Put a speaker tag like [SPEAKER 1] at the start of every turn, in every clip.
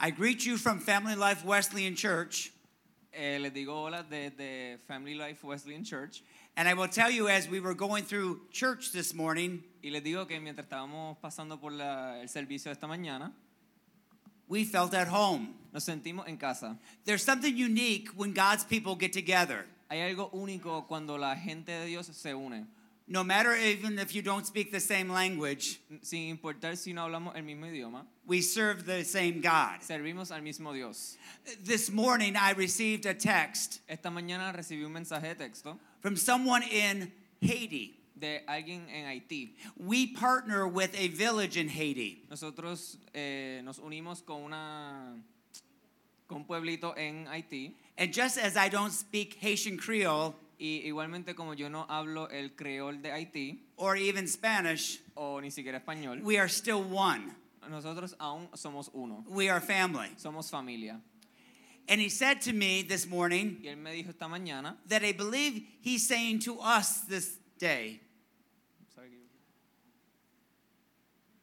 [SPEAKER 1] I greet you from Family Life Wesleyan Church,
[SPEAKER 2] Eh, les digo hola desde Family Life Wesleyan Church
[SPEAKER 1] and I will tell you as we were going through church this morning,
[SPEAKER 2] y les digo que mientras estábamos pasando por la- el servicio de esta mañana,
[SPEAKER 1] we felt at home.
[SPEAKER 2] nos sentimos en casa.
[SPEAKER 1] There's something unique when God's people get together.
[SPEAKER 2] Hay algo único cuando la gente de Dios se une,
[SPEAKER 1] No matter even if you don't speak the same language,
[SPEAKER 2] sin importar si no hablamos el mismo idioma,
[SPEAKER 1] we serve the same God.
[SPEAKER 2] servimos al mismo Dios.
[SPEAKER 1] This morning I received a text
[SPEAKER 2] Esta mañana recibí un mensaje de texto
[SPEAKER 1] from someone in Haiti.
[SPEAKER 2] de alguien en Haití.
[SPEAKER 1] We partner with a village in Haiti.
[SPEAKER 2] Nosotros eh, nos unimos con una con un pueblito en Haití
[SPEAKER 1] And just as I don't speak Haitian Creole
[SPEAKER 2] y igualmente como yo no hablo el creol de Haití
[SPEAKER 1] or even Spanish,
[SPEAKER 2] o ni siquiera español,
[SPEAKER 1] we are still one.
[SPEAKER 2] nosotros aún somos uno,
[SPEAKER 1] We are family.
[SPEAKER 2] somos familia.
[SPEAKER 1] And he said to me this morning
[SPEAKER 2] Y él me dijo esta mañana,
[SPEAKER 1] that I believe he's saying to us this day.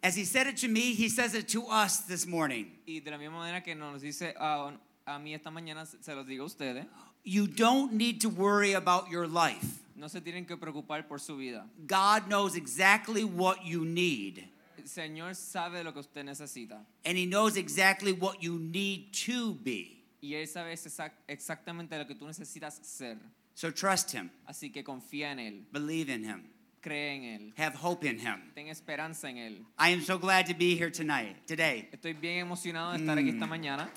[SPEAKER 1] As he said it to me, he says it to us this morning.
[SPEAKER 2] y de la misma manera que nos dice a, a mí esta mañana, se se los digo a ustedes,
[SPEAKER 1] You don't need to worry about your life.
[SPEAKER 2] no se tienen que preocupar por su vida.
[SPEAKER 1] God knows exactly what you need,
[SPEAKER 2] El Señor sabe lo que usted necesita
[SPEAKER 1] and he knows exactly what you need to be.
[SPEAKER 2] y Él sabe exac- exactamente lo que tú necesitas ser.
[SPEAKER 1] So trust him,
[SPEAKER 2] Así que confía en Él,
[SPEAKER 1] believe in him,
[SPEAKER 2] cree en Él,
[SPEAKER 1] have hope in him.
[SPEAKER 2] ten esperanza en Él.
[SPEAKER 1] I am so glad to be here tonight, today.
[SPEAKER 2] Estoy bien emocionado de estar aquí esta mañana.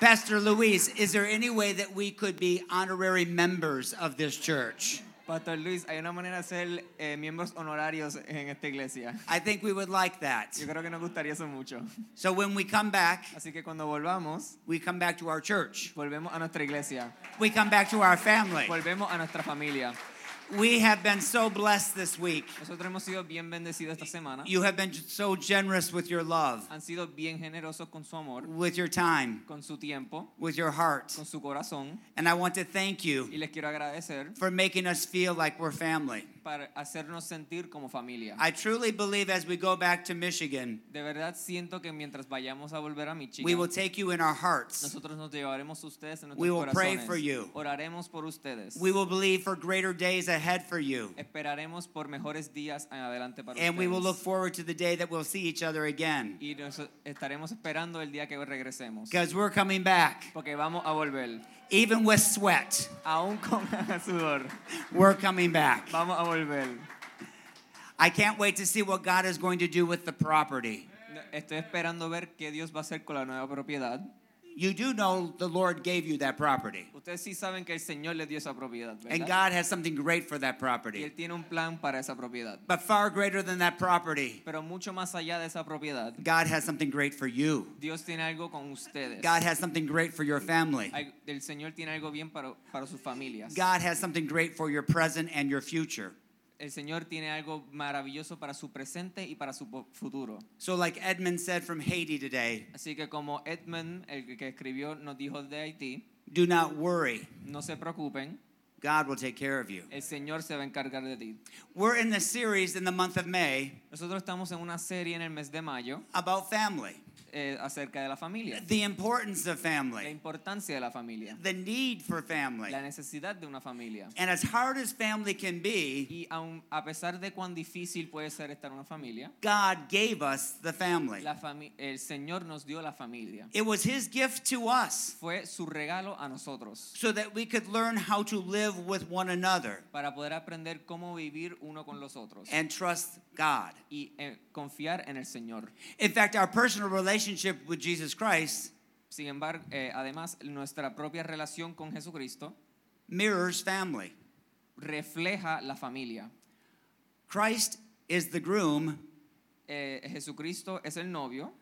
[SPEAKER 1] Pastor Luis, is there any way that we could be honorary members of this church?
[SPEAKER 2] Pastor Luis, hay una manera de ser eh, miembros honorarios en esta iglesia.
[SPEAKER 1] I think we would like that.
[SPEAKER 2] Yo creo que nos gustaría eso mucho.
[SPEAKER 1] So when we come back,
[SPEAKER 2] Así que cuando volvamos,
[SPEAKER 1] we come back to our church.
[SPEAKER 2] volvemos a nuestra iglesia,
[SPEAKER 1] We come back to our family.
[SPEAKER 2] volvemos a nuestra familia.
[SPEAKER 1] We have been so blessed this week.
[SPEAKER 2] Nosotros hemos sido bien bendecidos esta semana.
[SPEAKER 1] You have been so generous with your love,
[SPEAKER 2] Han sido bien generosos con su amor,
[SPEAKER 1] with your time,
[SPEAKER 2] con su tiempo,
[SPEAKER 1] with your heart.
[SPEAKER 2] con su corazón.
[SPEAKER 1] And I want to thank
[SPEAKER 2] Y
[SPEAKER 1] you
[SPEAKER 2] les quiero agradecer
[SPEAKER 1] for making us feel like we're family.
[SPEAKER 2] para hacernos sentir como familia.
[SPEAKER 1] I truly believe as we go back to Michigan,
[SPEAKER 2] De verdad siento que mientras vayamos a volver a
[SPEAKER 1] we will
[SPEAKER 2] Michigan,
[SPEAKER 1] take you in our hearts.
[SPEAKER 2] nosotros nos llevaremos a ustedes en
[SPEAKER 1] We
[SPEAKER 2] nuestros
[SPEAKER 1] will pray
[SPEAKER 2] corazones.
[SPEAKER 1] for you.
[SPEAKER 2] Oraremos por ustedes.
[SPEAKER 1] We will believe for greater days ahead for you.
[SPEAKER 2] Esperaremos por mejores días en adelante para
[SPEAKER 1] And we will look
[SPEAKER 2] ustedes.
[SPEAKER 1] forward to the day that we'll see each other again.
[SPEAKER 2] Y nos estaremos esperando el día que regresemos.
[SPEAKER 1] Because we're coming back.
[SPEAKER 2] Porque vamos a volver.
[SPEAKER 1] Even with sweat,
[SPEAKER 2] Aún con sudor,
[SPEAKER 1] we're coming back.
[SPEAKER 2] vamos a volver.
[SPEAKER 1] I can't wait to see what God is going to do with the property.
[SPEAKER 2] No, Estoy esperando ver qué Dios va a hacer con la nueva propiedad.
[SPEAKER 1] You do know the Lord gave you that property.
[SPEAKER 2] Ustedes sí saben que el Señor les dio esa propiedad,
[SPEAKER 1] And
[SPEAKER 2] ¿verdad?
[SPEAKER 1] God has something great for that
[SPEAKER 2] Y Él
[SPEAKER 1] property.
[SPEAKER 2] tiene un plan para esa propiedad.
[SPEAKER 1] But far greater than that property,
[SPEAKER 2] Pero mucho más allá de esa propiedad,
[SPEAKER 1] God has something great for you.
[SPEAKER 2] Dios tiene algo con ustedes.
[SPEAKER 1] God has something great for your family.
[SPEAKER 2] Al- El Señor tiene algo bien para, para sus familias.
[SPEAKER 1] God has something great for your present and your future.
[SPEAKER 2] El Señor tiene algo maravilloso para su presente y para su po- futuro.
[SPEAKER 1] So, like Edmund said from Haiti today,
[SPEAKER 2] Así que como Edmund, el que escribió, nos dijo de Haití,
[SPEAKER 1] do not worry,
[SPEAKER 2] no se preocupen,
[SPEAKER 1] God will take care of you.
[SPEAKER 2] el Señor se va a encargar de ti.
[SPEAKER 1] We're in the series in the month of May
[SPEAKER 2] Nosotros estamos en una serie en el mes de mayo
[SPEAKER 1] about family,
[SPEAKER 2] eh, acerca de la familia,
[SPEAKER 1] the importance of
[SPEAKER 2] la
[SPEAKER 1] family,
[SPEAKER 2] importancia de la familia,
[SPEAKER 1] the need for family.
[SPEAKER 2] la necesidad de una familia.
[SPEAKER 1] And as hard as family can be,
[SPEAKER 2] Y aun, a pesar de cuán difícil puede ser estar en una familia,
[SPEAKER 1] God gave us the family.
[SPEAKER 2] la fami- el Señor nos dio la familia.
[SPEAKER 1] It was His gift to us
[SPEAKER 2] Fue su regalo a nosotros
[SPEAKER 1] so that we could learn how to live with one another
[SPEAKER 2] para poder aprender cómo vivir uno con los otros
[SPEAKER 1] and trust God.
[SPEAKER 2] y eh, confiar en el Señor.
[SPEAKER 1] In fact, our personal relationship with Jesus Christ
[SPEAKER 2] Sin embargo, eh, además, nuestra propia relación con Jesucristo
[SPEAKER 1] mirrors family.
[SPEAKER 2] refleja la familia.
[SPEAKER 1] Christ is the groom,
[SPEAKER 2] Eh, Jesucristo es el novio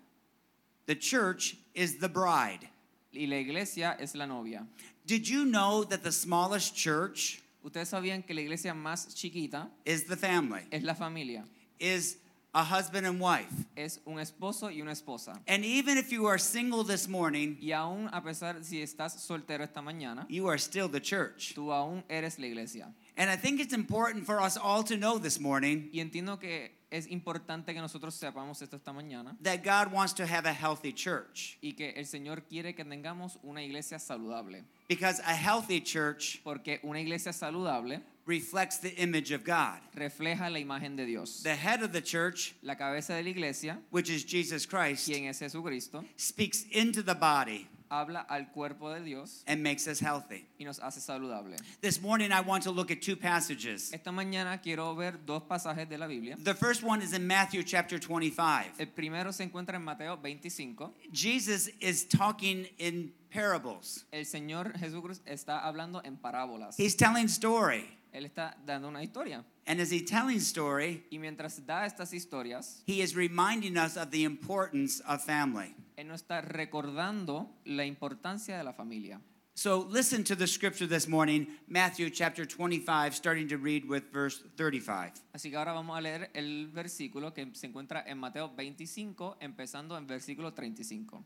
[SPEAKER 1] the church is the bride.
[SPEAKER 2] y la iglesia es la novia.
[SPEAKER 1] Did you know that the smallest church
[SPEAKER 2] Ustedes sabían que la iglesia más chiquita
[SPEAKER 1] is the family,
[SPEAKER 2] es la familia,
[SPEAKER 1] is a husband and wife?
[SPEAKER 2] es un esposo y una esposa.
[SPEAKER 1] And even if you are single this morning,
[SPEAKER 2] Y aún a pesar si estás soltero esta mañana,
[SPEAKER 1] you are still the church.
[SPEAKER 2] tú aún eres la iglesia.
[SPEAKER 1] And I think it's important for us all to know this morning
[SPEAKER 2] Y entiendo que es importante que nosotros sepamos esto esta mañana
[SPEAKER 1] that God wants to have a healthy church
[SPEAKER 2] y que el Señor quiere que tengamos una iglesia saludable,
[SPEAKER 1] because a healthy church
[SPEAKER 2] porque una iglesia saludable
[SPEAKER 1] reflects the image of God.
[SPEAKER 2] refleja la imagen de Dios.
[SPEAKER 1] The head of the church,
[SPEAKER 2] La cabeza de la iglesia,
[SPEAKER 1] which is Jesus Christ,
[SPEAKER 2] quien es Jesucristo,
[SPEAKER 1] speaks into the body
[SPEAKER 2] habla al cuerpo de Dios
[SPEAKER 1] and makes us healthy.
[SPEAKER 2] y nos hace saludable.
[SPEAKER 1] This morning, I want to look at two passages.
[SPEAKER 2] Esta mañana quiero ver dos pasajes de la Biblia.
[SPEAKER 1] The first one is in Matthew chapter 25.
[SPEAKER 2] El primero se encuentra en Mateo 25.
[SPEAKER 1] Jesus is talking in parables,
[SPEAKER 2] El Señor Jesucristo está hablando en parábolas.
[SPEAKER 1] he's telling story.
[SPEAKER 2] Él está dando una historia.
[SPEAKER 1] And as he's telling story,
[SPEAKER 2] Y mientras da estas historias,
[SPEAKER 1] he is reminding us of the importance of family.
[SPEAKER 2] Él nos está recordando la importancia de la familia.
[SPEAKER 1] So listen to the scripture this morning, Matthew chapter 25, starting to read with verse 35.
[SPEAKER 2] Así que ahora vamos a leer el versículo que se encuentra en Mateo 25, empezando en versículo 35.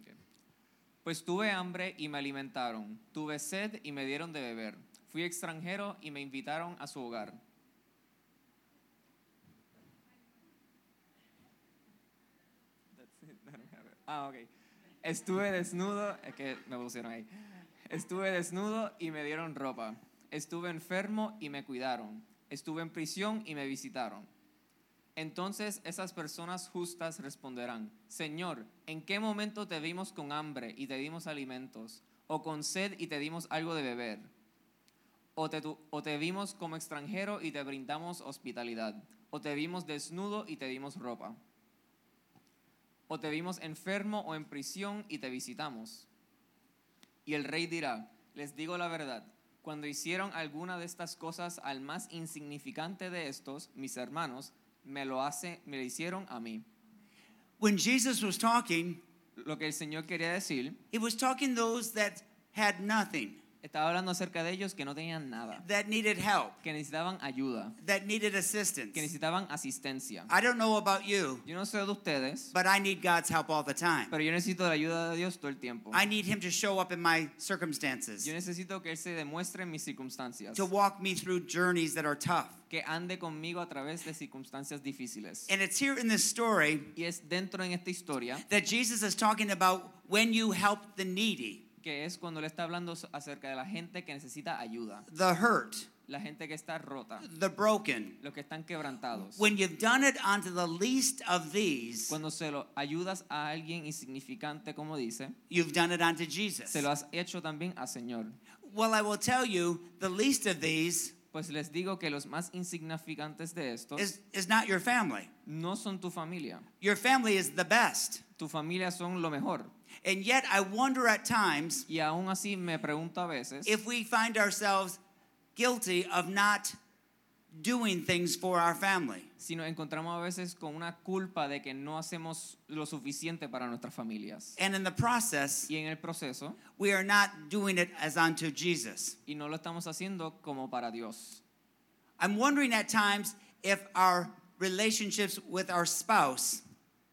[SPEAKER 2] Ok. Pues tuve hambre y me alimentaron, tuve sed y me dieron de beber, fui extranjero y me invitaron a su hogar. That's it, I don't have it. Ah, ok. Estuve desnudo, es que me pusieron ahí. Estuve desnudo y me dieron ropa. Estuve enfermo y me cuidaron. Estuve en prisión y me visitaron. Entonces esas personas justas responderán, Señor, ¿en qué momento te vimos con hambre y te dimos alimentos? ¿O con sed y te dimos algo de beber? ¿O te, tu- o te vimos como extranjero y te brindamos hospitalidad? ¿O te vimos desnudo y te dimos ropa? ¿O te vimos enfermo o en prisión y te visitamos? Y el rey dirá, les digo la verdad, cuando hicieron alguna de estas cosas al más insignificante de estos, mis hermanos, me lo hace, me lo hicieron a mí.
[SPEAKER 1] When Jesus was talking,
[SPEAKER 2] Lo que el Señor quería decir,
[SPEAKER 1] he was talking those that had nothing,
[SPEAKER 2] estaba hablando acerca de ellos que no tenían nada,
[SPEAKER 1] that needed help,
[SPEAKER 2] que necesitaban ayuda,
[SPEAKER 1] that needed
[SPEAKER 2] que
[SPEAKER 1] assistance.
[SPEAKER 2] necesitaban asistencia.
[SPEAKER 1] I don't know about you,
[SPEAKER 2] Yo no sé de ustedes,
[SPEAKER 1] but I need God's help all the time.
[SPEAKER 2] pero yo necesito la ayuda de Dios todo el tiempo.
[SPEAKER 1] I need him to show up in my
[SPEAKER 2] Yo
[SPEAKER 1] circumstances,
[SPEAKER 2] necesito que Él se demuestre en mis circunstancias,
[SPEAKER 1] to walk me through journeys that are tough.
[SPEAKER 2] que ande conmigo a través de circunstancias difíciles.
[SPEAKER 1] And it's here in this story
[SPEAKER 2] Y es dentro en esta historia
[SPEAKER 1] that Jesus is talking about when you help the needy,
[SPEAKER 2] que es cuando le está hablando so- acerca de la gente que necesita ayuda,
[SPEAKER 1] the hurt,
[SPEAKER 2] la gente que está rota,
[SPEAKER 1] the broken.
[SPEAKER 2] los que están quebrantados.
[SPEAKER 1] When you've done it unto the least of these,
[SPEAKER 2] Cuando se lo ayudas a alguien insignificante, como dice,
[SPEAKER 1] you've done it unto Jesus.
[SPEAKER 2] se lo has hecho también al Señor.
[SPEAKER 1] Well, I will tell you, the least of these
[SPEAKER 2] Pues les digo que los más insignificantes de estos
[SPEAKER 1] is, is not your family.
[SPEAKER 2] no son tu familia.
[SPEAKER 1] Your family is the best.
[SPEAKER 2] Tu familia son lo mejor.
[SPEAKER 1] And yet, I wonder at times
[SPEAKER 2] Y aún así me pregunto a veces
[SPEAKER 1] if we find ourselves guilty of not doing things for our family.
[SPEAKER 2] si nos encontramos a veces con una culpa de que no hacemos lo suficiente para nuestras familias.
[SPEAKER 1] And in the process,
[SPEAKER 2] Y en el proceso,
[SPEAKER 1] we are not doing it as unto Jesus.
[SPEAKER 2] y no lo estamos haciendo como para Dios.
[SPEAKER 1] I'm wondering at times if our relationships with our spouse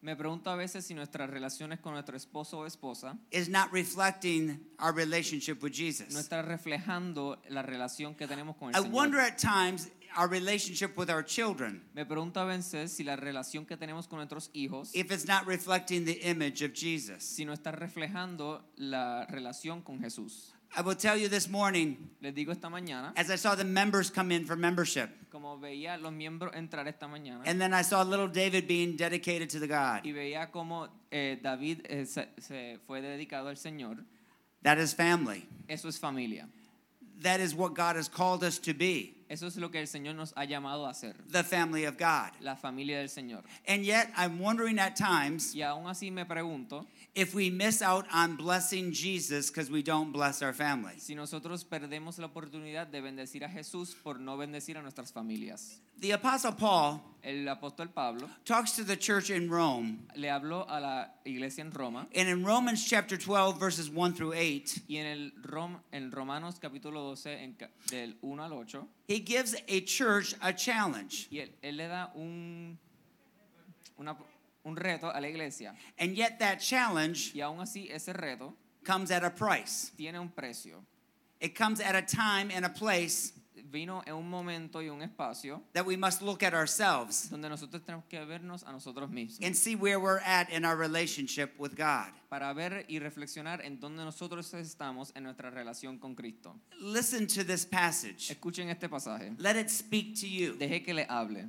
[SPEAKER 2] Me pregunto a veces si nuestras relaciones con nuestro esposo o esposa
[SPEAKER 1] is not reflecting our relationship with Jesus.
[SPEAKER 2] no están reflejando la relación que tenemos con el
[SPEAKER 1] I
[SPEAKER 2] Señor.
[SPEAKER 1] wonder at times our relationship with our children
[SPEAKER 2] Me pregunto a veces si la relación que tenemos con nuestros hijos
[SPEAKER 1] if it's not reflecting the image of Jesus.
[SPEAKER 2] si no está reflejando la relación con Jesús.
[SPEAKER 1] I will tell you this morning,
[SPEAKER 2] Les digo esta mañana,
[SPEAKER 1] as I saw the members come in for membership,
[SPEAKER 2] como veía a los miembros entrar esta mañana
[SPEAKER 1] and then I saw little David being dedicated to the God.
[SPEAKER 2] y veía cómo eh, David eh, se, se fue dedicado al Señor,
[SPEAKER 1] That is family.
[SPEAKER 2] eso es familia.
[SPEAKER 1] That is what God has called us to be,
[SPEAKER 2] Eso es lo que el Señor nos ha llamado a hacer,
[SPEAKER 1] the family of God.
[SPEAKER 2] la familia del Señor.
[SPEAKER 1] And yet, I'm wondering at times
[SPEAKER 2] Y aún así me pregunto
[SPEAKER 1] if we miss out on blessing Jesus because we don't bless our families.
[SPEAKER 2] si nosotros perdemos la oportunidad de bendecir a Jesús por no bendecir a nuestras familias.
[SPEAKER 1] The Apostle Paul
[SPEAKER 2] El apóstol Pablo
[SPEAKER 1] talks to the church in Rome
[SPEAKER 2] le habló a la iglesia en Roma
[SPEAKER 1] And in Romans chapter 12, verses 1 through 8,
[SPEAKER 2] y en, el Rom- en Romanos capítulo 12, en ca- del 1 al 8,
[SPEAKER 1] he gives a church a challenge.
[SPEAKER 2] y él, él le da un, una- un reto a la iglesia.
[SPEAKER 1] And yet, that challenge
[SPEAKER 2] Y aún así ese reto
[SPEAKER 1] comes at a price.
[SPEAKER 2] tiene un precio.
[SPEAKER 1] It comes at a time and a place
[SPEAKER 2] Viene vino en un momento y un espacio
[SPEAKER 1] that we must look at ourselves
[SPEAKER 2] donde nosotros tenemos que vernos a nosotros mismos
[SPEAKER 1] and see where we're at in our relationship with God.
[SPEAKER 2] para ver y reflexionar en dónde nosotros estamos en nuestra relación con Cristo.
[SPEAKER 1] Listen to this passage.
[SPEAKER 2] Escuchen este pasaje.
[SPEAKER 1] Let it speak to you.
[SPEAKER 2] Deje que le hable.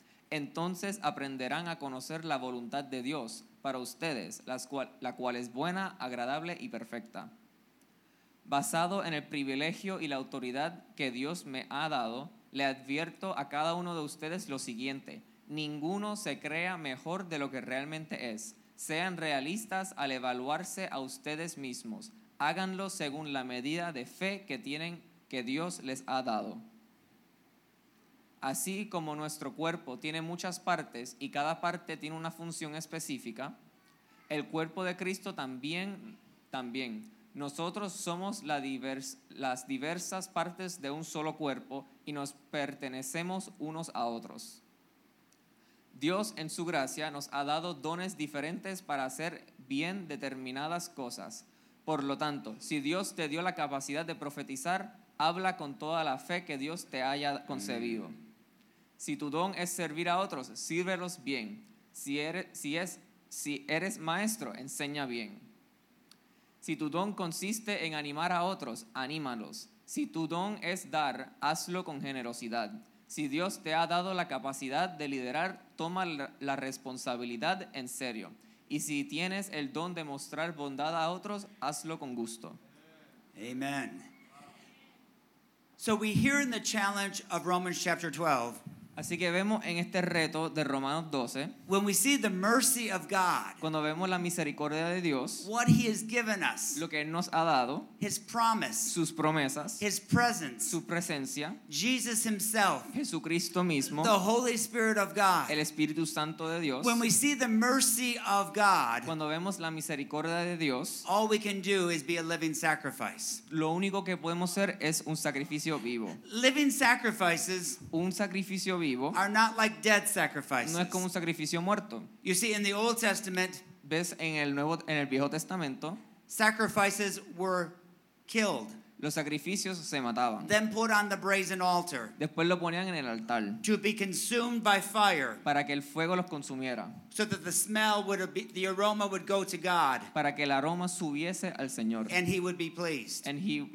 [SPEAKER 2] Entonces aprenderán a conocer la voluntad de Dios para ustedes, las cual- la cual es buena, agradable y perfecta. Basado en el privilegio y la autoridad que Dios me ha dado, le advierto a cada uno de ustedes lo siguiente. Ninguno se crea mejor de lo que realmente es. Sean realistas al evaluarse a ustedes mismos. Háganlo según la medida de fe que tienen que Dios les ha dado. Así como nuestro cuerpo tiene muchas partes y cada parte tiene una función específica, el cuerpo de Cristo también, también. Nosotros somos la divers- las diversas partes de un solo cuerpo y nos pertenecemos unos a otros. Dios en su gracia nos ha dado dones diferentes para hacer bien determinadas cosas. Por lo tanto, si Dios te dio la capacidad de profetizar, habla con toda la fe que Dios te haya concebido. Si tu don es servir a otros, sírvelos bien. Si eres, si, es, si eres maestro, enseña bien. Si tu don consiste en animar a otros, anímalos. Si tu don es dar, hazlo con generosidad. Si Dios te ha dado la capacidad de liderar, toma la la responsabilidad en serio. Y si tienes el don de mostrar bondad a otros, hazlo con gusto.
[SPEAKER 1] Amen. So we hear in the challenge of Romans chapter 12,
[SPEAKER 2] Así que vemos en este reto de Romanos 12,
[SPEAKER 1] when we see the mercy of God,
[SPEAKER 2] cuando vemos la misericordia de Dios,
[SPEAKER 1] what he has given us,
[SPEAKER 2] lo que Él nos ha dado,
[SPEAKER 1] his promise,
[SPEAKER 2] sus promesas,
[SPEAKER 1] his presence,
[SPEAKER 2] su presencia,
[SPEAKER 1] Jesus himself,
[SPEAKER 2] Jesucristo
[SPEAKER 1] the
[SPEAKER 2] mismo,
[SPEAKER 1] Holy Spirit of God.
[SPEAKER 2] el Espíritu Santo de Dios.
[SPEAKER 1] When we see the mercy of God,
[SPEAKER 2] Cuando vemos la misericordia de Dios,
[SPEAKER 1] all we can do is be a living sacrifice.
[SPEAKER 2] lo único que podemos hacer es un sacrificio vivo.
[SPEAKER 1] Living sacrifices
[SPEAKER 2] Un sacrificio vivo
[SPEAKER 1] are not like dead
[SPEAKER 2] no es como
[SPEAKER 1] sacrifices.
[SPEAKER 2] un sacrificio muerto.
[SPEAKER 1] You see, in the Old Testament,
[SPEAKER 2] Ves en el nuevo en el Viejo Testamento,
[SPEAKER 1] sacrifices were killed,
[SPEAKER 2] los sacrificios se mataban.
[SPEAKER 1] then put on the brazen altar
[SPEAKER 2] Después lo ponían en el altar
[SPEAKER 1] to be consumed by fire
[SPEAKER 2] para que el fuego los consumiera,
[SPEAKER 1] so that the smell would be, the aroma would go to God
[SPEAKER 2] para que el aroma subiese al Señor.
[SPEAKER 1] and he would be pleased.
[SPEAKER 2] And he-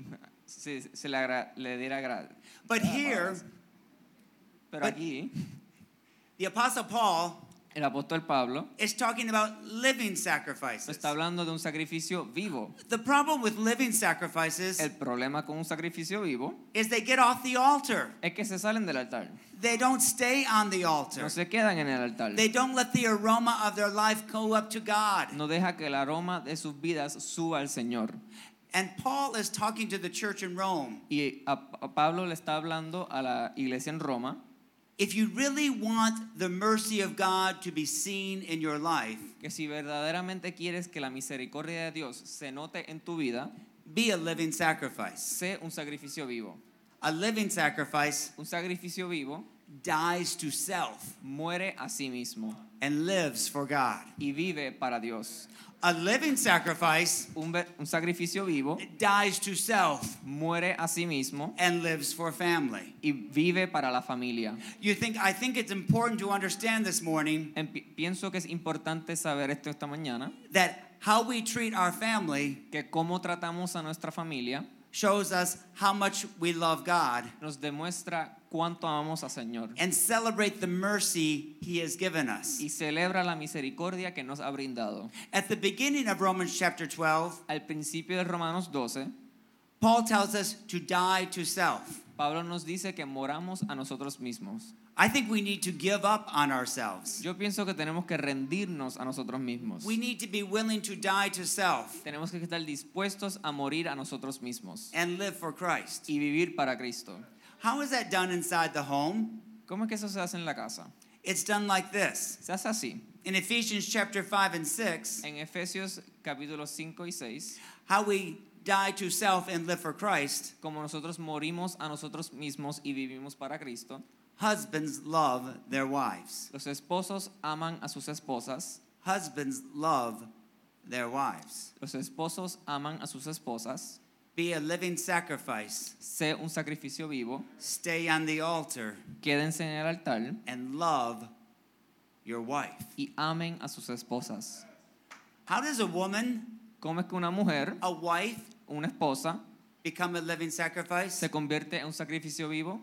[SPEAKER 2] se, se le, agra- le diera gra-
[SPEAKER 1] But here,
[SPEAKER 2] Pero
[SPEAKER 1] But-
[SPEAKER 2] aquí
[SPEAKER 1] the apostle Paul
[SPEAKER 2] el apóstol Pablo
[SPEAKER 1] is talking about living sacrifices.
[SPEAKER 2] está hablando de un sacrificio vivo.
[SPEAKER 1] The problem with living sacrifices
[SPEAKER 2] El problema con un sacrificio vivo
[SPEAKER 1] is they get off the altar.
[SPEAKER 2] es que se salen del altar.
[SPEAKER 1] They don't stay on the altar.
[SPEAKER 2] No se quedan en el altar.
[SPEAKER 1] They don't let the aroma of their life go up to God.
[SPEAKER 2] No deja que el aroma de sus vidas suba al Señor.
[SPEAKER 1] And Paul is talking to the church in Rome.
[SPEAKER 2] Y a, a Pablo le está hablando a la iglesia en Roma
[SPEAKER 1] If you really want the mercy of God to be seen in your life,
[SPEAKER 2] que si verdaderamente quieres que la misericordia de Dios se note en tu vida,
[SPEAKER 1] be a living sacrifice.
[SPEAKER 2] sé un sacrificio vivo.
[SPEAKER 1] A living sacrifice
[SPEAKER 2] Un sacrificio vivo
[SPEAKER 1] dies to self
[SPEAKER 2] muere a sí mismo
[SPEAKER 1] and lives for God.
[SPEAKER 2] y vive para Dios.
[SPEAKER 1] A living sacrifice
[SPEAKER 2] Un, ver- un sacrificio vivo
[SPEAKER 1] dies to self
[SPEAKER 2] muere a sí mismo
[SPEAKER 1] and lives for family.
[SPEAKER 2] y vive para la familia.
[SPEAKER 1] You think I think it's important to understand this morning
[SPEAKER 2] En- pi- pienso que es importante saber esto esta mañana,
[SPEAKER 1] that how we treat our family
[SPEAKER 2] que cómo tratamos a nuestra familia
[SPEAKER 1] shows us how much we love God
[SPEAKER 2] nos demuestra cuánto amamos al Señor
[SPEAKER 1] and celebrate the mercy he has given us.
[SPEAKER 2] y celebra la misericordia que nos ha brindado.
[SPEAKER 1] At the beginning of Romans chapter 12,
[SPEAKER 2] Al principio de Romanos 12,
[SPEAKER 1] Paul tells us to die to self.
[SPEAKER 2] Pablo nos dice que moramos a nosotros mismos.
[SPEAKER 1] I think we need to give up on ourselves.
[SPEAKER 2] Yo pienso que tenemos que rendirnos a nosotros mismos.
[SPEAKER 1] We need to be willing to die to self
[SPEAKER 2] Tenemos que estar dispuestos a morir a nosotros mismos
[SPEAKER 1] and live for Christ.
[SPEAKER 2] y vivir para Cristo.
[SPEAKER 1] How is that done inside the home?
[SPEAKER 2] ¿Cómo es que eso se hace en la casa?
[SPEAKER 1] It's done like this.
[SPEAKER 2] Se hace así.
[SPEAKER 1] In Ephesians chapter 5 and 6,
[SPEAKER 2] En Efesios capítulos 5 y 6,
[SPEAKER 1] how we die to self and live for Christ,
[SPEAKER 2] como nosotros morimos a nosotros mismos y vivimos para Cristo,
[SPEAKER 1] husbands love their wives.
[SPEAKER 2] los esposos aman a sus esposas,
[SPEAKER 1] Husbands love their wives.
[SPEAKER 2] los esposos aman a sus esposas,
[SPEAKER 1] Be a living sacrifice.
[SPEAKER 2] sé un sacrificio vivo,
[SPEAKER 1] Stay on the altar
[SPEAKER 2] quédense en el altar
[SPEAKER 1] and love your wife.
[SPEAKER 2] y amen a sus esposas.
[SPEAKER 1] How does a woman,
[SPEAKER 2] ¿Cómo es que una mujer,
[SPEAKER 1] a wife,
[SPEAKER 2] una esposa,
[SPEAKER 1] become a living sacrifice?
[SPEAKER 2] se convierte en un sacrificio vivo?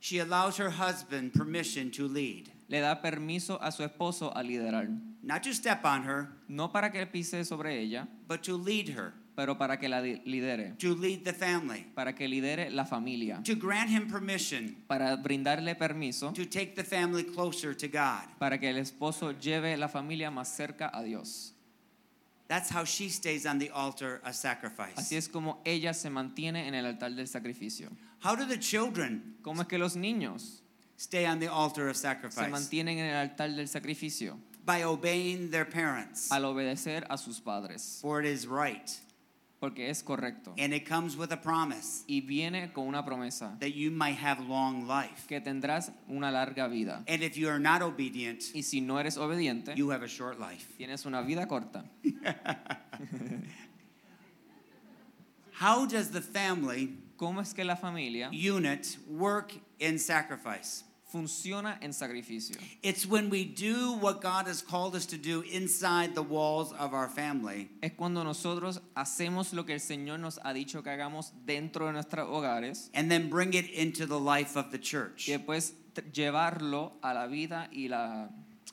[SPEAKER 1] She allows her husband permission to lead,
[SPEAKER 2] Le da permiso a su esposo a liderar,
[SPEAKER 1] not to step on her,
[SPEAKER 2] no para que pise sobre ella,
[SPEAKER 1] but to lead her,
[SPEAKER 2] pero para que la di- lidere,
[SPEAKER 1] to lead the family,
[SPEAKER 2] para que lidere la familia,
[SPEAKER 1] to grant him permission
[SPEAKER 2] para brindarle permiso
[SPEAKER 1] to take the family closer to God.
[SPEAKER 2] para que el esposo lleve la familia más cerca a Dios.
[SPEAKER 1] That's how she stays on the altar of sacrifice.
[SPEAKER 2] Así es como ella se mantiene en el altar del sacrificio.
[SPEAKER 1] How do the children
[SPEAKER 2] ¿Cómo es que los niños
[SPEAKER 1] stay on the altar of
[SPEAKER 2] se
[SPEAKER 1] sacrifice?
[SPEAKER 2] mantienen en el altar del sacrificio?
[SPEAKER 1] By obeying their parents,
[SPEAKER 2] Al obedecer a sus padres,
[SPEAKER 1] for it is right.
[SPEAKER 2] porque es correcto.
[SPEAKER 1] And it comes with a promise
[SPEAKER 2] Y viene con una promesa,
[SPEAKER 1] that you might have long life.
[SPEAKER 2] que tendrás una larga vida.
[SPEAKER 1] And if you are not obedient,
[SPEAKER 2] Y si no eres obediente,
[SPEAKER 1] you have a short life.
[SPEAKER 2] tienes una vida corta.
[SPEAKER 1] How does the family
[SPEAKER 2] ¿Cómo es que la familia
[SPEAKER 1] unit work in sacrifice?
[SPEAKER 2] funciona en sacrificio?
[SPEAKER 1] It's when we do what God has called us to do inside the walls of our family
[SPEAKER 2] Es cuando nosotros hacemos lo que el Señor nos ha dicho que hagamos dentro de nuestros hogares
[SPEAKER 1] and then bring it into the life of the church.
[SPEAKER 2] y después t- llevarlo a la vida y, la,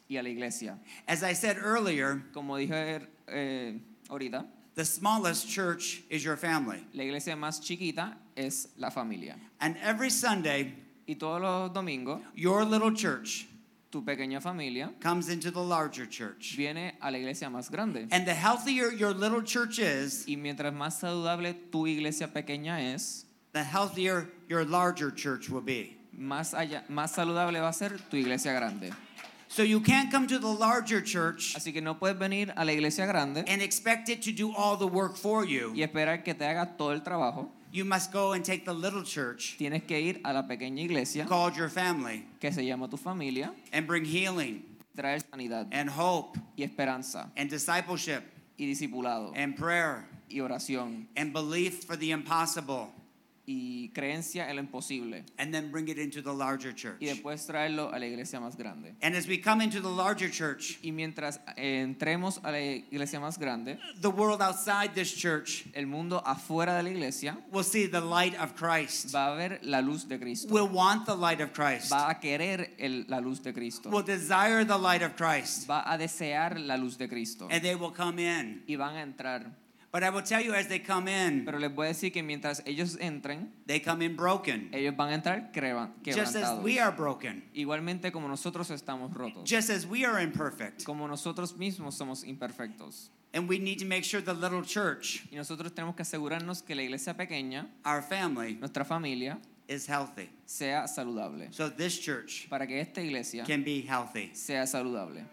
[SPEAKER 2] y a la iglesia.
[SPEAKER 1] As I said earlier,
[SPEAKER 2] Como dije eh, ahorita,
[SPEAKER 1] the smallest church is your family.
[SPEAKER 2] la iglesia más chiquita es la familia.
[SPEAKER 1] And every Sunday,
[SPEAKER 2] Y todos los domingos,
[SPEAKER 1] your little church
[SPEAKER 2] tu pequeña familia
[SPEAKER 1] comes into the larger church.
[SPEAKER 2] viene a la iglesia más grande.
[SPEAKER 1] And the healthier your little church is,
[SPEAKER 2] Y mientras más saludable tu iglesia pequeña es,
[SPEAKER 1] the healthier your larger church will be.
[SPEAKER 2] más, allá, más saludable va a ser tu iglesia grande.
[SPEAKER 1] So you can't come to the larger church
[SPEAKER 2] Así que no puedes venir a la iglesia grande
[SPEAKER 1] and expect it to do all the work for you.
[SPEAKER 2] y esperar que te haga todo el trabajo.
[SPEAKER 1] You must go and take the little church
[SPEAKER 2] Tienes que ir a la pequeña iglesia
[SPEAKER 1] called your family
[SPEAKER 2] que se llama tu familia,
[SPEAKER 1] and bring healing
[SPEAKER 2] traer sanidad
[SPEAKER 1] and hope
[SPEAKER 2] y esperanza
[SPEAKER 1] and discipleship
[SPEAKER 2] y discipulado
[SPEAKER 1] and prayer
[SPEAKER 2] y oración
[SPEAKER 1] and belief for the impossible
[SPEAKER 2] y creencia en lo imposible
[SPEAKER 1] and then bring it into the larger church.
[SPEAKER 2] y después traerlo a la iglesia más grande.
[SPEAKER 1] And as we come into the larger church,
[SPEAKER 2] Y mientras eh, entremos a la iglesia más grande,
[SPEAKER 1] the world outside this church
[SPEAKER 2] el mundo afuera de la iglesia
[SPEAKER 1] will see the light of Christ.
[SPEAKER 2] va a ver la luz de Cristo,
[SPEAKER 1] will want the light of Christ,
[SPEAKER 2] va a querer el- la luz de Cristo,
[SPEAKER 1] will desire the light of Christ,
[SPEAKER 2] va a desear la luz de Cristo
[SPEAKER 1] and they will come in.
[SPEAKER 2] y van a entrar.
[SPEAKER 1] But I will tell you, as they come in,
[SPEAKER 2] Pero les voy a decir que mientras ellos entren,
[SPEAKER 1] they come in broken,
[SPEAKER 2] ellos van a entrar creva-
[SPEAKER 1] just as
[SPEAKER 2] quebrantados.
[SPEAKER 1] we are broken,
[SPEAKER 2] Igualmente como nosotros estamos rotos,
[SPEAKER 1] just as we are imperfect.
[SPEAKER 2] como nosotros mismos somos imperfectos.
[SPEAKER 1] And we need to make sure the little church,
[SPEAKER 2] Y nosotros tenemos que asegurarnos que la iglesia pequeña,
[SPEAKER 1] our family,
[SPEAKER 2] nuestra familia,
[SPEAKER 1] is healthy.
[SPEAKER 2] sea saludable.
[SPEAKER 1] So this church
[SPEAKER 2] Para que esta iglesia
[SPEAKER 1] can be healthy.
[SPEAKER 2] sea saludable.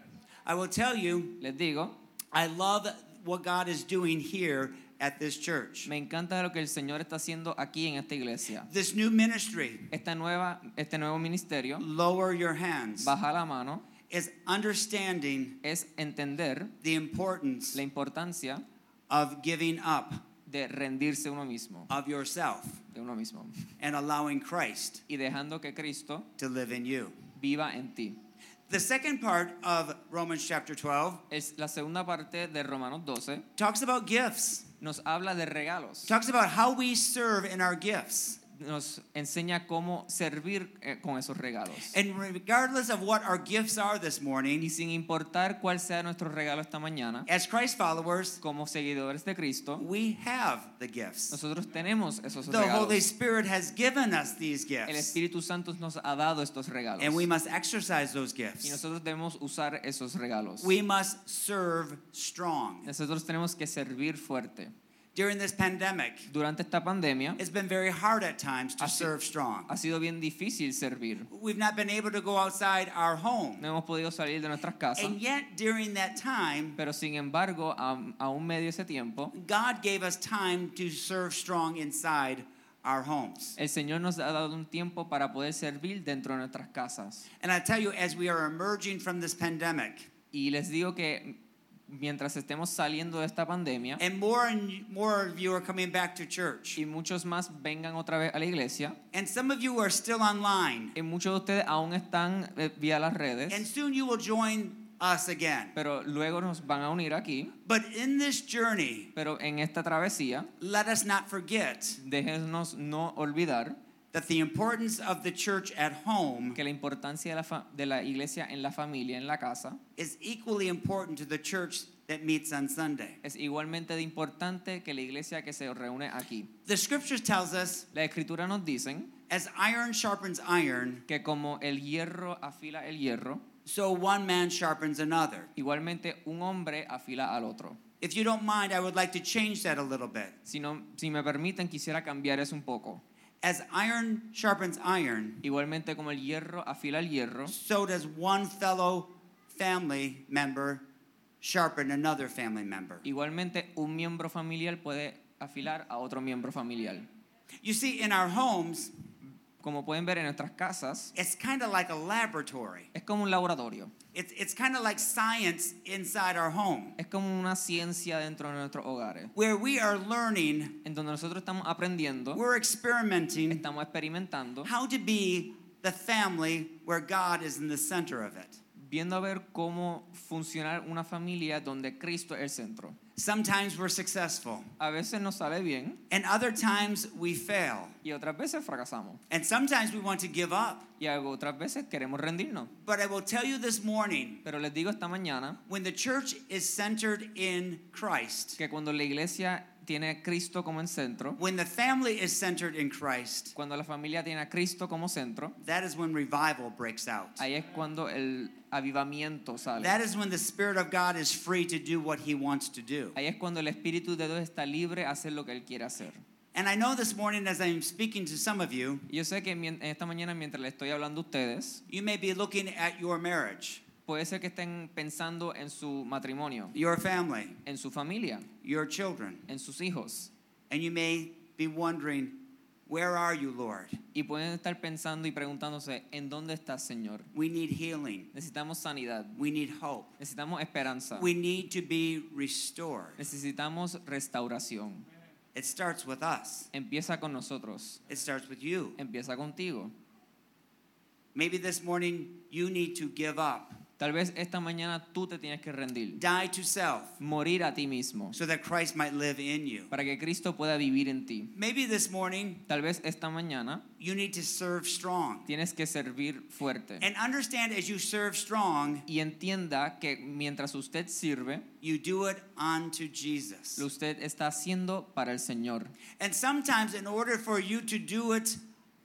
[SPEAKER 1] I will tell you,
[SPEAKER 2] Les digo,
[SPEAKER 1] I love what God is doing here at this church.
[SPEAKER 2] me encanta lo que el Señor está haciendo aquí en esta iglesia.
[SPEAKER 1] This new ministry,
[SPEAKER 2] Esta nueva, este nuevo ministerio,
[SPEAKER 1] Lower Your Hands,
[SPEAKER 2] baja la mano,
[SPEAKER 1] is understanding
[SPEAKER 2] es entender
[SPEAKER 1] the importance
[SPEAKER 2] la importancia
[SPEAKER 1] of giving up
[SPEAKER 2] de rendirse uno mismo,
[SPEAKER 1] of yourself
[SPEAKER 2] de uno mismo,
[SPEAKER 1] and allowing Christ
[SPEAKER 2] y dejando que Cristo
[SPEAKER 1] to live in you.
[SPEAKER 2] viva en ti.
[SPEAKER 1] The second part of Romans chapter 12
[SPEAKER 2] Es la segunda parte de Romanos 12
[SPEAKER 1] talks about gifts,
[SPEAKER 2] nos habla de regalos.
[SPEAKER 1] talks about how we serve in our gifts.
[SPEAKER 2] Nos enseña cómo servir eh, con esos regalos.
[SPEAKER 1] And regardless of what our gifts are this
[SPEAKER 2] Y
[SPEAKER 1] morning,
[SPEAKER 2] sin importar cuál sea nuestro regalo esta mañana,
[SPEAKER 1] as Christ followers,
[SPEAKER 2] como seguidores de Cristo,
[SPEAKER 1] we have the gifts.
[SPEAKER 2] nosotros tenemos esos
[SPEAKER 1] The Holy
[SPEAKER 2] regalos.
[SPEAKER 1] Spirit has given us these
[SPEAKER 2] El
[SPEAKER 1] gifts,
[SPEAKER 2] Espíritu Santo nos ha dado estos regalos.
[SPEAKER 1] and we must exercise those
[SPEAKER 2] Y
[SPEAKER 1] gifts.
[SPEAKER 2] nosotros debemos usar esos regalos.
[SPEAKER 1] We must serve strong.
[SPEAKER 2] Nosotros tenemos que servir fuerte.
[SPEAKER 1] During this pandemic,
[SPEAKER 2] Durante esta pandemia
[SPEAKER 1] it's been very hard at times to
[SPEAKER 2] Ha si-
[SPEAKER 1] serve strong.
[SPEAKER 2] ha sido bien difícil servir.
[SPEAKER 1] We've not been able to go outside our home.
[SPEAKER 2] No hemos podido salir de nuestras casas.
[SPEAKER 1] And yet, during that time,
[SPEAKER 2] Pero sin embargo, a- aún medio ese tiempo,
[SPEAKER 1] God gave us time to serve strong inside our homes.
[SPEAKER 2] el Señor nos ha dado un tiempo para poder servir dentro de nuestras casas.
[SPEAKER 1] And I tell you, as we are emerging from this pandemic,
[SPEAKER 2] Y les digo que mientras estemos saliendo de esta pandemia
[SPEAKER 1] and more and more of you are coming back to church,
[SPEAKER 2] y muchos más vengan otra vez a la iglesia,
[SPEAKER 1] and some of you are still online,
[SPEAKER 2] y muchos de ustedes aún están eh, vía las
[SPEAKER 1] and
[SPEAKER 2] redes,
[SPEAKER 1] soon you will join us again.
[SPEAKER 2] pero luego nos van a unir aquí.
[SPEAKER 1] But in this journey,
[SPEAKER 2] Pero en esta travesía,
[SPEAKER 1] let us not forget
[SPEAKER 2] déjenos no olvidar
[SPEAKER 1] that the importance of the church at home
[SPEAKER 2] que la importancia de la, fa- de la iglesia en la familia, en la casa,
[SPEAKER 1] is equally important to the church that meets on Sunday.
[SPEAKER 2] es igualmente de importante que la iglesia que se reúne aquí.
[SPEAKER 1] The scriptures tells us,
[SPEAKER 2] La escritura nos dicen
[SPEAKER 1] as iron sharpens iron,
[SPEAKER 2] que como el hierro afila el hierro,
[SPEAKER 1] so one man sharpens another.
[SPEAKER 2] igualmente un hombre afila al otro.
[SPEAKER 1] If you don't mind, I would like to change that a little bit.
[SPEAKER 2] Si, no- si me permiten, quisiera cambiar eso un poco.
[SPEAKER 1] As iron sharpens iron,
[SPEAKER 2] Igualmente como el hierro afila el hierro,
[SPEAKER 1] so does one fellow family member sharpen another family member.
[SPEAKER 2] igualmente un miembro familiar puede afilar a otro miembro familiar.
[SPEAKER 1] You see, in our homes,
[SPEAKER 2] Como pueden ver en nuestras casas,
[SPEAKER 1] it's kind of like a laboratory.
[SPEAKER 2] es como un laboratorio,
[SPEAKER 1] It's, it's kind of like science inside our home,
[SPEAKER 2] es como una ciencia dentro de nuestros hogares,
[SPEAKER 1] where we are learning,
[SPEAKER 2] en donde nosotros estamos aprendiendo,
[SPEAKER 1] we're experimenting
[SPEAKER 2] estamos experimentando,
[SPEAKER 1] how to be the family where God is in the center of it.
[SPEAKER 2] viendo a ver cómo funcionar una familia donde Cristo es el centro.
[SPEAKER 1] Sometimes we're successful,
[SPEAKER 2] A veces nos sale bien
[SPEAKER 1] and other times we fail.
[SPEAKER 2] y otras veces fracasamos
[SPEAKER 1] And sometimes we want to give up.
[SPEAKER 2] y otras veces queremos rendirnos.
[SPEAKER 1] But I will tell you this morning
[SPEAKER 2] Pero les digo esta mañana
[SPEAKER 1] when the church is centered in Christ,
[SPEAKER 2] que cuando la iglesia tiene a Cristo como el centro,
[SPEAKER 1] when the family is centered in Christ,
[SPEAKER 2] cuando la familia tiene a Cristo como centro,
[SPEAKER 1] that is when revival breaks out.
[SPEAKER 2] ahí es cuando el avivamiento sale.
[SPEAKER 1] That is when the Spirit of God is free to do what He wants to do.
[SPEAKER 2] Ahí es cuando el Espíritu de Dios está libre a hacer lo que Él quiere hacer.
[SPEAKER 1] And I know this morning, as I'm speaking to some of you,
[SPEAKER 2] Y Yo sé que mien- esta mañana mientras le estoy hablando a ustedes,
[SPEAKER 1] you may be looking at your marriage,
[SPEAKER 2] puede ser que estén pensando en su matrimonio,
[SPEAKER 1] your family,
[SPEAKER 2] en su familia,
[SPEAKER 1] your children,
[SPEAKER 2] en sus hijos.
[SPEAKER 1] and you may be wondering, Where are you, Lord?
[SPEAKER 2] Y pueden estar pensando y preguntándose, ¿en dónde estás, Señor?
[SPEAKER 1] We need healing,
[SPEAKER 2] Necesitamos sanidad,
[SPEAKER 1] we need hope,
[SPEAKER 2] necesitamos esperanza,
[SPEAKER 1] we need to be restored.
[SPEAKER 2] necesitamos restauración.
[SPEAKER 1] It starts with us.
[SPEAKER 2] Empieza con nosotros,
[SPEAKER 1] It starts with you.
[SPEAKER 2] empieza contigo.
[SPEAKER 1] Maybe this morning you need to give up,
[SPEAKER 2] Tal vez esta mañana tú te tienes que rendir,
[SPEAKER 1] die to self,
[SPEAKER 2] morir a ti mismo,
[SPEAKER 1] so that Christ might live in you.
[SPEAKER 2] para que Cristo pueda vivir en ti.
[SPEAKER 1] Maybe this morning
[SPEAKER 2] Tal vez esta mañana
[SPEAKER 1] you need to serve strong.
[SPEAKER 2] tienes que servir fuerte.
[SPEAKER 1] And understand as you serve strong,
[SPEAKER 2] Y entienda que mientras usted sirve,
[SPEAKER 1] you do it unto
[SPEAKER 2] lo
[SPEAKER 1] Jesus.
[SPEAKER 2] usted está haciendo para el Señor.
[SPEAKER 1] And sometimes, in order for you to do it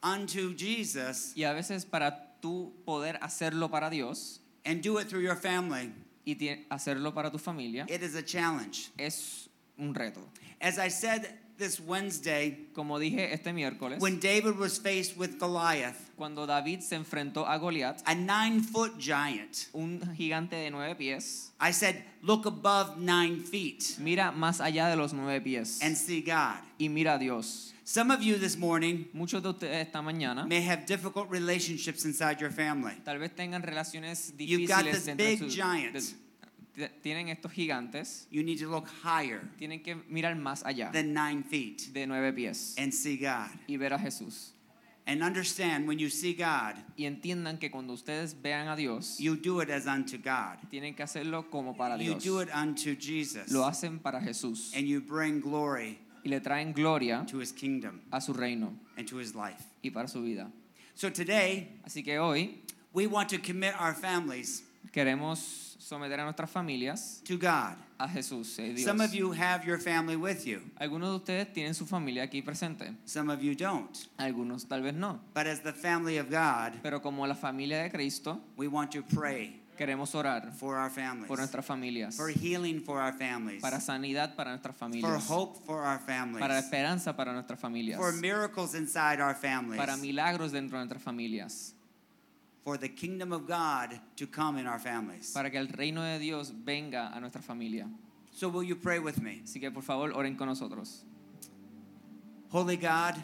[SPEAKER 1] unto Jesus
[SPEAKER 2] Y a veces para tú poder hacerlo para Dios
[SPEAKER 1] and do it through your family,
[SPEAKER 2] y ti- hacerlo para tu familia
[SPEAKER 1] it is a challenge.
[SPEAKER 2] es un reto.
[SPEAKER 1] As I said this Wednesday,
[SPEAKER 2] Como dije este miércoles,
[SPEAKER 1] when David was faced with Goliath,
[SPEAKER 2] cuando David se enfrentó a Goliat,
[SPEAKER 1] a nine foot giant,
[SPEAKER 2] un gigante de nueve pies,
[SPEAKER 1] I said, look above nine feet
[SPEAKER 2] mira más allá de los nueve pies
[SPEAKER 1] and see God.
[SPEAKER 2] y mira a Dios.
[SPEAKER 1] Some of you this morning
[SPEAKER 2] Muchos de ustedes esta mañana
[SPEAKER 1] may have difficult relationships inside your family.
[SPEAKER 2] tal vez tengan relaciones
[SPEAKER 1] You've got
[SPEAKER 2] difíciles
[SPEAKER 1] this
[SPEAKER 2] dentro de
[SPEAKER 1] big
[SPEAKER 2] su-
[SPEAKER 1] giant.
[SPEAKER 2] de- de- tienen estos gigantes,
[SPEAKER 1] You need to look higher
[SPEAKER 2] tienen que mirar más allá
[SPEAKER 1] than nine feet
[SPEAKER 2] de nueve pies
[SPEAKER 1] and see God.
[SPEAKER 2] y ver a Jesús.
[SPEAKER 1] And understand when you see God,
[SPEAKER 2] Y entiendan que cuando ustedes vean a Dios,
[SPEAKER 1] you do it as unto God.
[SPEAKER 2] tienen que hacerlo como para
[SPEAKER 1] You
[SPEAKER 2] Dios.
[SPEAKER 1] do it unto Jesus.
[SPEAKER 2] Lo hacen para Jesús
[SPEAKER 1] And you bring glory
[SPEAKER 2] y le traen gloria
[SPEAKER 1] to his kingdom
[SPEAKER 2] a su reino
[SPEAKER 1] and to his life.
[SPEAKER 2] y para su vida.
[SPEAKER 1] So today,
[SPEAKER 2] Así que hoy
[SPEAKER 1] we want to commit our families
[SPEAKER 2] queremos someter a nuestras familias
[SPEAKER 1] to God.
[SPEAKER 2] a Jesús. eh, Dios.
[SPEAKER 1] Some of you have your family with you,
[SPEAKER 2] Algunos de ustedes tienen su familia aquí presente,
[SPEAKER 1] some of you don't.
[SPEAKER 2] algunos tal vez no.
[SPEAKER 1] But as the family of God,
[SPEAKER 2] Pero como la familia de Cristo,
[SPEAKER 1] we want to pray
[SPEAKER 2] Queremos orar
[SPEAKER 1] for our families,
[SPEAKER 2] por nuestras familias,
[SPEAKER 1] for healing for our families,
[SPEAKER 2] para sanidad para nuestras
[SPEAKER 1] for
[SPEAKER 2] familias,
[SPEAKER 1] hope for our families,
[SPEAKER 2] para esperanza para nuestras familias,
[SPEAKER 1] for miracles inside our families,
[SPEAKER 2] para milagros dentro de nuestras familias,
[SPEAKER 1] for the kingdom of God to come in our families.
[SPEAKER 2] para que el reino de Dios venga a nuestra familia.
[SPEAKER 1] so will you pray with me?
[SPEAKER 2] Así que por favor oren con nosotros.
[SPEAKER 1] Holy God,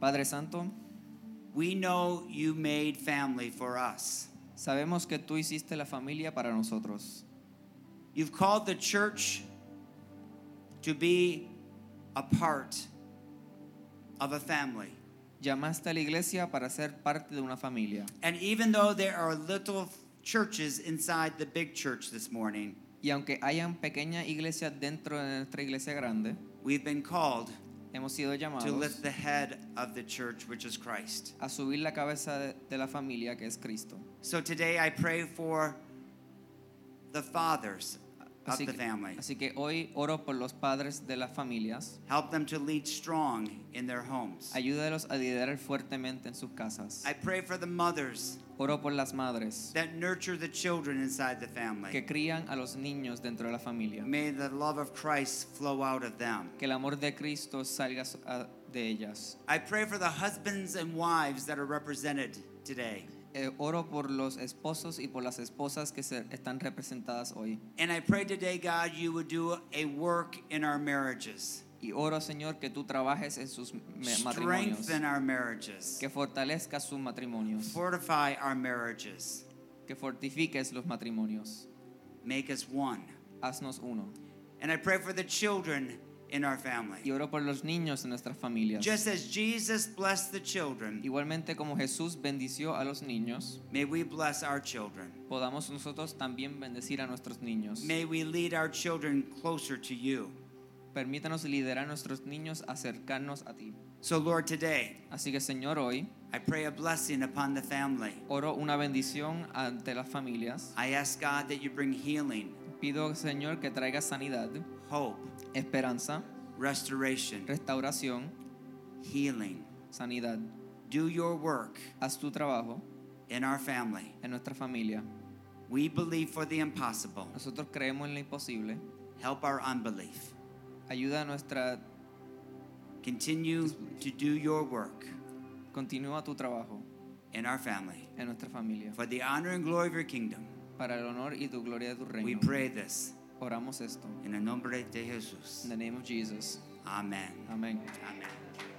[SPEAKER 2] Padre Santo,
[SPEAKER 1] we know you made family for us.
[SPEAKER 2] sabemos que tú hiciste la familia para nosotros.
[SPEAKER 1] You've called the church to be a part of a family.
[SPEAKER 2] Llamaste a la iglesia para ser parte de una familia.
[SPEAKER 1] And even though there are little churches inside the big church this morning,
[SPEAKER 2] Y aunque hayan pequeñas iglesias dentro de nuestra iglesia grande,
[SPEAKER 1] we've been called
[SPEAKER 2] hemos sido
[SPEAKER 1] to
[SPEAKER 2] llamados
[SPEAKER 1] lift the head of the church, which is Christ.
[SPEAKER 2] a subir la cabeza de, de la familia que es Cristo.
[SPEAKER 1] So today I pray for the fathers of
[SPEAKER 2] Así
[SPEAKER 1] the
[SPEAKER 2] que,
[SPEAKER 1] family.
[SPEAKER 2] así que hoy oro por los padres de las familias.
[SPEAKER 1] Help them to lead strong in their homes.
[SPEAKER 2] Ayúdalos a liderar fuertemente en sus casas.
[SPEAKER 1] I pray for the mothers
[SPEAKER 2] Oro por las madres
[SPEAKER 1] that nurture the children inside the
[SPEAKER 2] que
[SPEAKER 1] family.
[SPEAKER 2] crían a los niños dentro de la familia.
[SPEAKER 1] May the love of Christ flow out of them.
[SPEAKER 2] Que el amor de Cristo salga so- a- de ellas.
[SPEAKER 1] I pray for the husbands and wives that are represented today.
[SPEAKER 2] Eh, oro por los esposos y por las esposas que se- están representadas hoy.
[SPEAKER 1] And I pray today, God, you would do a work in our marriages.
[SPEAKER 2] Y oro, Señor, que tú trabajes en sus me- matrimonios.
[SPEAKER 1] Strengthen our marriages.
[SPEAKER 2] Que fortalezcas sus matrimonios.
[SPEAKER 1] Fortify our marriages.
[SPEAKER 2] Que fortifiques los matrimonios.
[SPEAKER 1] Make us one.
[SPEAKER 2] Haznos uno.
[SPEAKER 1] And I pray for the children in our
[SPEAKER 2] Y
[SPEAKER 1] family.
[SPEAKER 2] oro por los niños en nuestras familias.
[SPEAKER 1] Just as Jesus blessed the children,
[SPEAKER 2] Igualmente como Jesús bendició a los niños,
[SPEAKER 1] may we bless our children.
[SPEAKER 2] podamos nosotros también bendecir a nuestros niños.
[SPEAKER 1] May we lead our children closer to you.
[SPEAKER 2] Permítanos liderar a nuestros niños a acercarnos a ti.
[SPEAKER 1] So, Lord, today
[SPEAKER 2] Así que Señor, hoy
[SPEAKER 1] I pray a blessing upon the family.
[SPEAKER 2] oro una bendición ante las familias.
[SPEAKER 1] I ask God that you bring healing,
[SPEAKER 2] Pido, Señor, que traiga sanidad,
[SPEAKER 1] hope,
[SPEAKER 2] esperanza,
[SPEAKER 1] restoration,
[SPEAKER 2] restauración,
[SPEAKER 1] healing.
[SPEAKER 2] sanidad.
[SPEAKER 1] Do your work
[SPEAKER 2] Haz tu trabajo
[SPEAKER 1] in our family.
[SPEAKER 2] en nuestra familia.
[SPEAKER 1] We believe for the impossible.
[SPEAKER 2] Nosotros creemos en lo imposible.
[SPEAKER 1] Help our unbelief.
[SPEAKER 2] Ayuda a nuestra...
[SPEAKER 1] Continue to do your work
[SPEAKER 2] Continúa tu trabajo
[SPEAKER 1] in our family.
[SPEAKER 2] en nuestra familia.
[SPEAKER 1] For the honor and glory of your kingdom,
[SPEAKER 2] Para el honor y tu gloria de tu
[SPEAKER 1] we
[SPEAKER 2] reino.
[SPEAKER 1] pray this
[SPEAKER 2] Oramos esto.
[SPEAKER 1] in the nombre de
[SPEAKER 2] In
[SPEAKER 1] Jesus.
[SPEAKER 2] the name of Jesus.
[SPEAKER 1] Amen.
[SPEAKER 2] Amén.
[SPEAKER 1] Amen.